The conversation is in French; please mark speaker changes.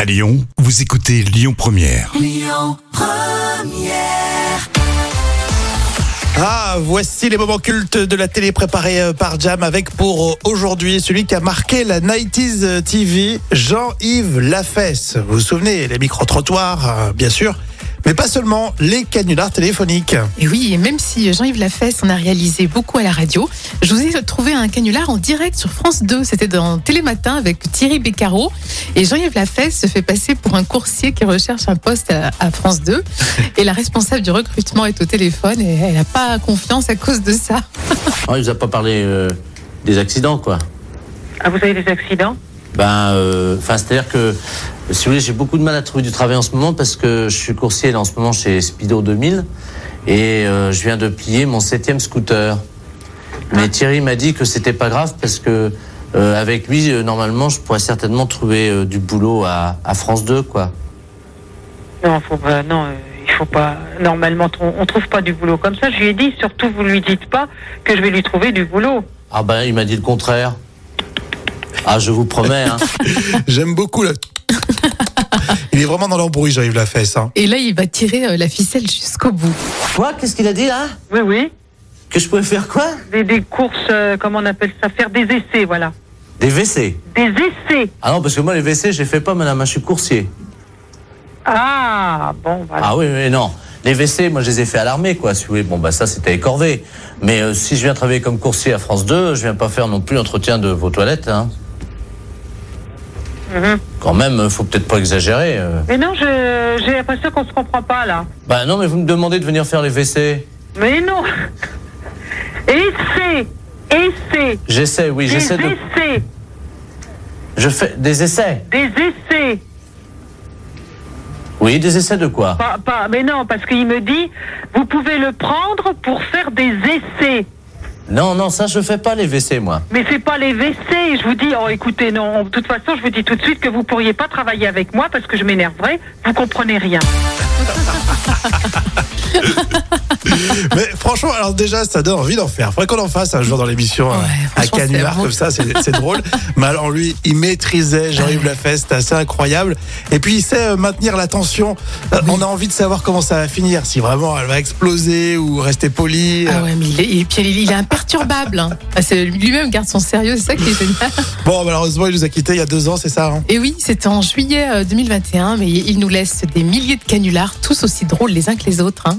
Speaker 1: À Lyon, vous écoutez Lyon Première.
Speaker 2: Ah, voici les moments cultes de la télé préparés euh, par Jam avec pour euh, aujourd'hui celui qui a marqué la 90s TV, Jean-Yves Lafesse. Vous vous souvenez, les micro-trottoirs, euh, bien sûr, mais pas seulement les canulars téléphoniques.
Speaker 3: Et oui, et même si Jean-Yves Lafesse en a réalisé beaucoup à la radio, je vous ai trouvé un canular en direct sur France 2. C'était dans Télématin avec Thierry Beccaro. Et Jean-Yves Lafesse se fait passer pour un coursier qui recherche un poste à, à France 2. Et la responsable du recrutement est au téléphone et elle n'a pas confiance à cause de ça.
Speaker 4: Oh, il nous a pas parlé euh, des accidents, quoi.
Speaker 5: Ah, vous avez des accidents
Speaker 4: Ben, euh, 'fin, c'est-à-dire que, si vous voulez, j'ai beaucoup de mal à trouver du travail en ce moment parce que je suis coursier là, en ce moment chez Speedo 2000 et euh, je viens de plier mon septième scooter. Mais Thierry m'a dit que c'était pas grave parce que euh, avec lui, euh, normalement, je pourrais certainement trouver euh, du boulot à, à France 2, quoi.
Speaker 5: Non, faut pas- non, euh, il faut pas. Normalement, on, on trouve pas du boulot comme ça. Je lui ai dit, surtout, vous lui dites pas que je vais lui trouver du boulot.
Speaker 4: Ah ben, il m'a dit le contraire. Ah, je vous promets. Hein.
Speaker 2: J'aime beaucoup le... Il est vraiment dans l'embrouille, Jean-Yves Lafesse. hein.
Speaker 3: Et là, il va tirer euh, la ficelle jusqu'au bout.
Speaker 4: quoi Qu'est-ce qu'il a dit là
Speaker 5: Oui, oui.
Speaker 4: Que je pouvais faire quoi
Speaker 5: Des, des courses, euh, comment on appelle ça Faire des essais, voilà.
Speaker 4: Des WC.
Speaker 5: Des essais.
Speaker 4: Ah non, parce que moi, les WC, je les fais pas, madame. hein, Je suis coursier.
Speaker 5: Ah, bon, voilà.
Speaker 4: Ah oui, mais non. Les WC, moi, je les ai fait à l'armée, quoi. Si vous voulez, bon, bah ça, c'était les corvées. Mais euh, si je viens travailler comme coursier à France 2, je viens pas faire non plus l'entretien de vos toilettes. Hein.
Speaker 5: Mm-hmm.
Speaker 4: Quand même, euh, faut peut-être pas exagérer. euh.
Speaker 5: Mais non, je- j'ai l'impression qu'on se comprend pas, là.
Speaker 4: Bah non, mais vous me demandez de venir faire les WC.
Speaker 5: Mais non. Essais. Essais.
Speaker 4: J'essaie, oui,
Speaker 5: Des
Speaker 4: j'essaie de.
Speaker 5: essais.
Speaker 4: Je fais des essais.
Speaker 5: Des essais.
Speaker 4: Oui, des essais de quoi
Speaker 5: Pas, pas, mais non, parce qu'il me dit, vous pouvez le prendre pour faire des essais.
Speaker 4: Non, non, ça, je fais pas les WC, moi.
Speaker 5: Mais c'est pas les WC. Je vous dis, oh écoutez, non, de toute façon, je vous dis tout de suite que vous pourriez pas travailler avec moi parce que je m'énerverai. Vous comprenez rien.
Speaker 2: Mais franchement, alors déjà, ça donne envie d'en faire. Faudrait qu'on en fasse un jour dans l'émission un- un
Speaker 3: franchement,
Speaker 2: canular
Speaker 3: c'est
Speaker 2: comme ça, c'est c'est drôle. Mais alors lui, il maîtrisait Jean-Yves Lafesse, c'était assez incroyable. Et puis il sait euh, maintenir la tension. Euh, On a envie de savoir comment ça va finir, si vraiment elle va exploser ou rester polie.
Speaker 3: Ah ouais, mais il est, et puis il est, il est imperturbable. hein. Ah, c'est- Lui-même garde son sérieux, c'est ça qui est génial.
Speaker 2: Bon, malheureusement, il nous a quittés il y a deux ans, c'est ça hein
Speaker 3: Et oui, c'était en juillet euh, 2021, mais il nous laisse des milliers de canulars, tous aussi drôles les uns que les autres. hein.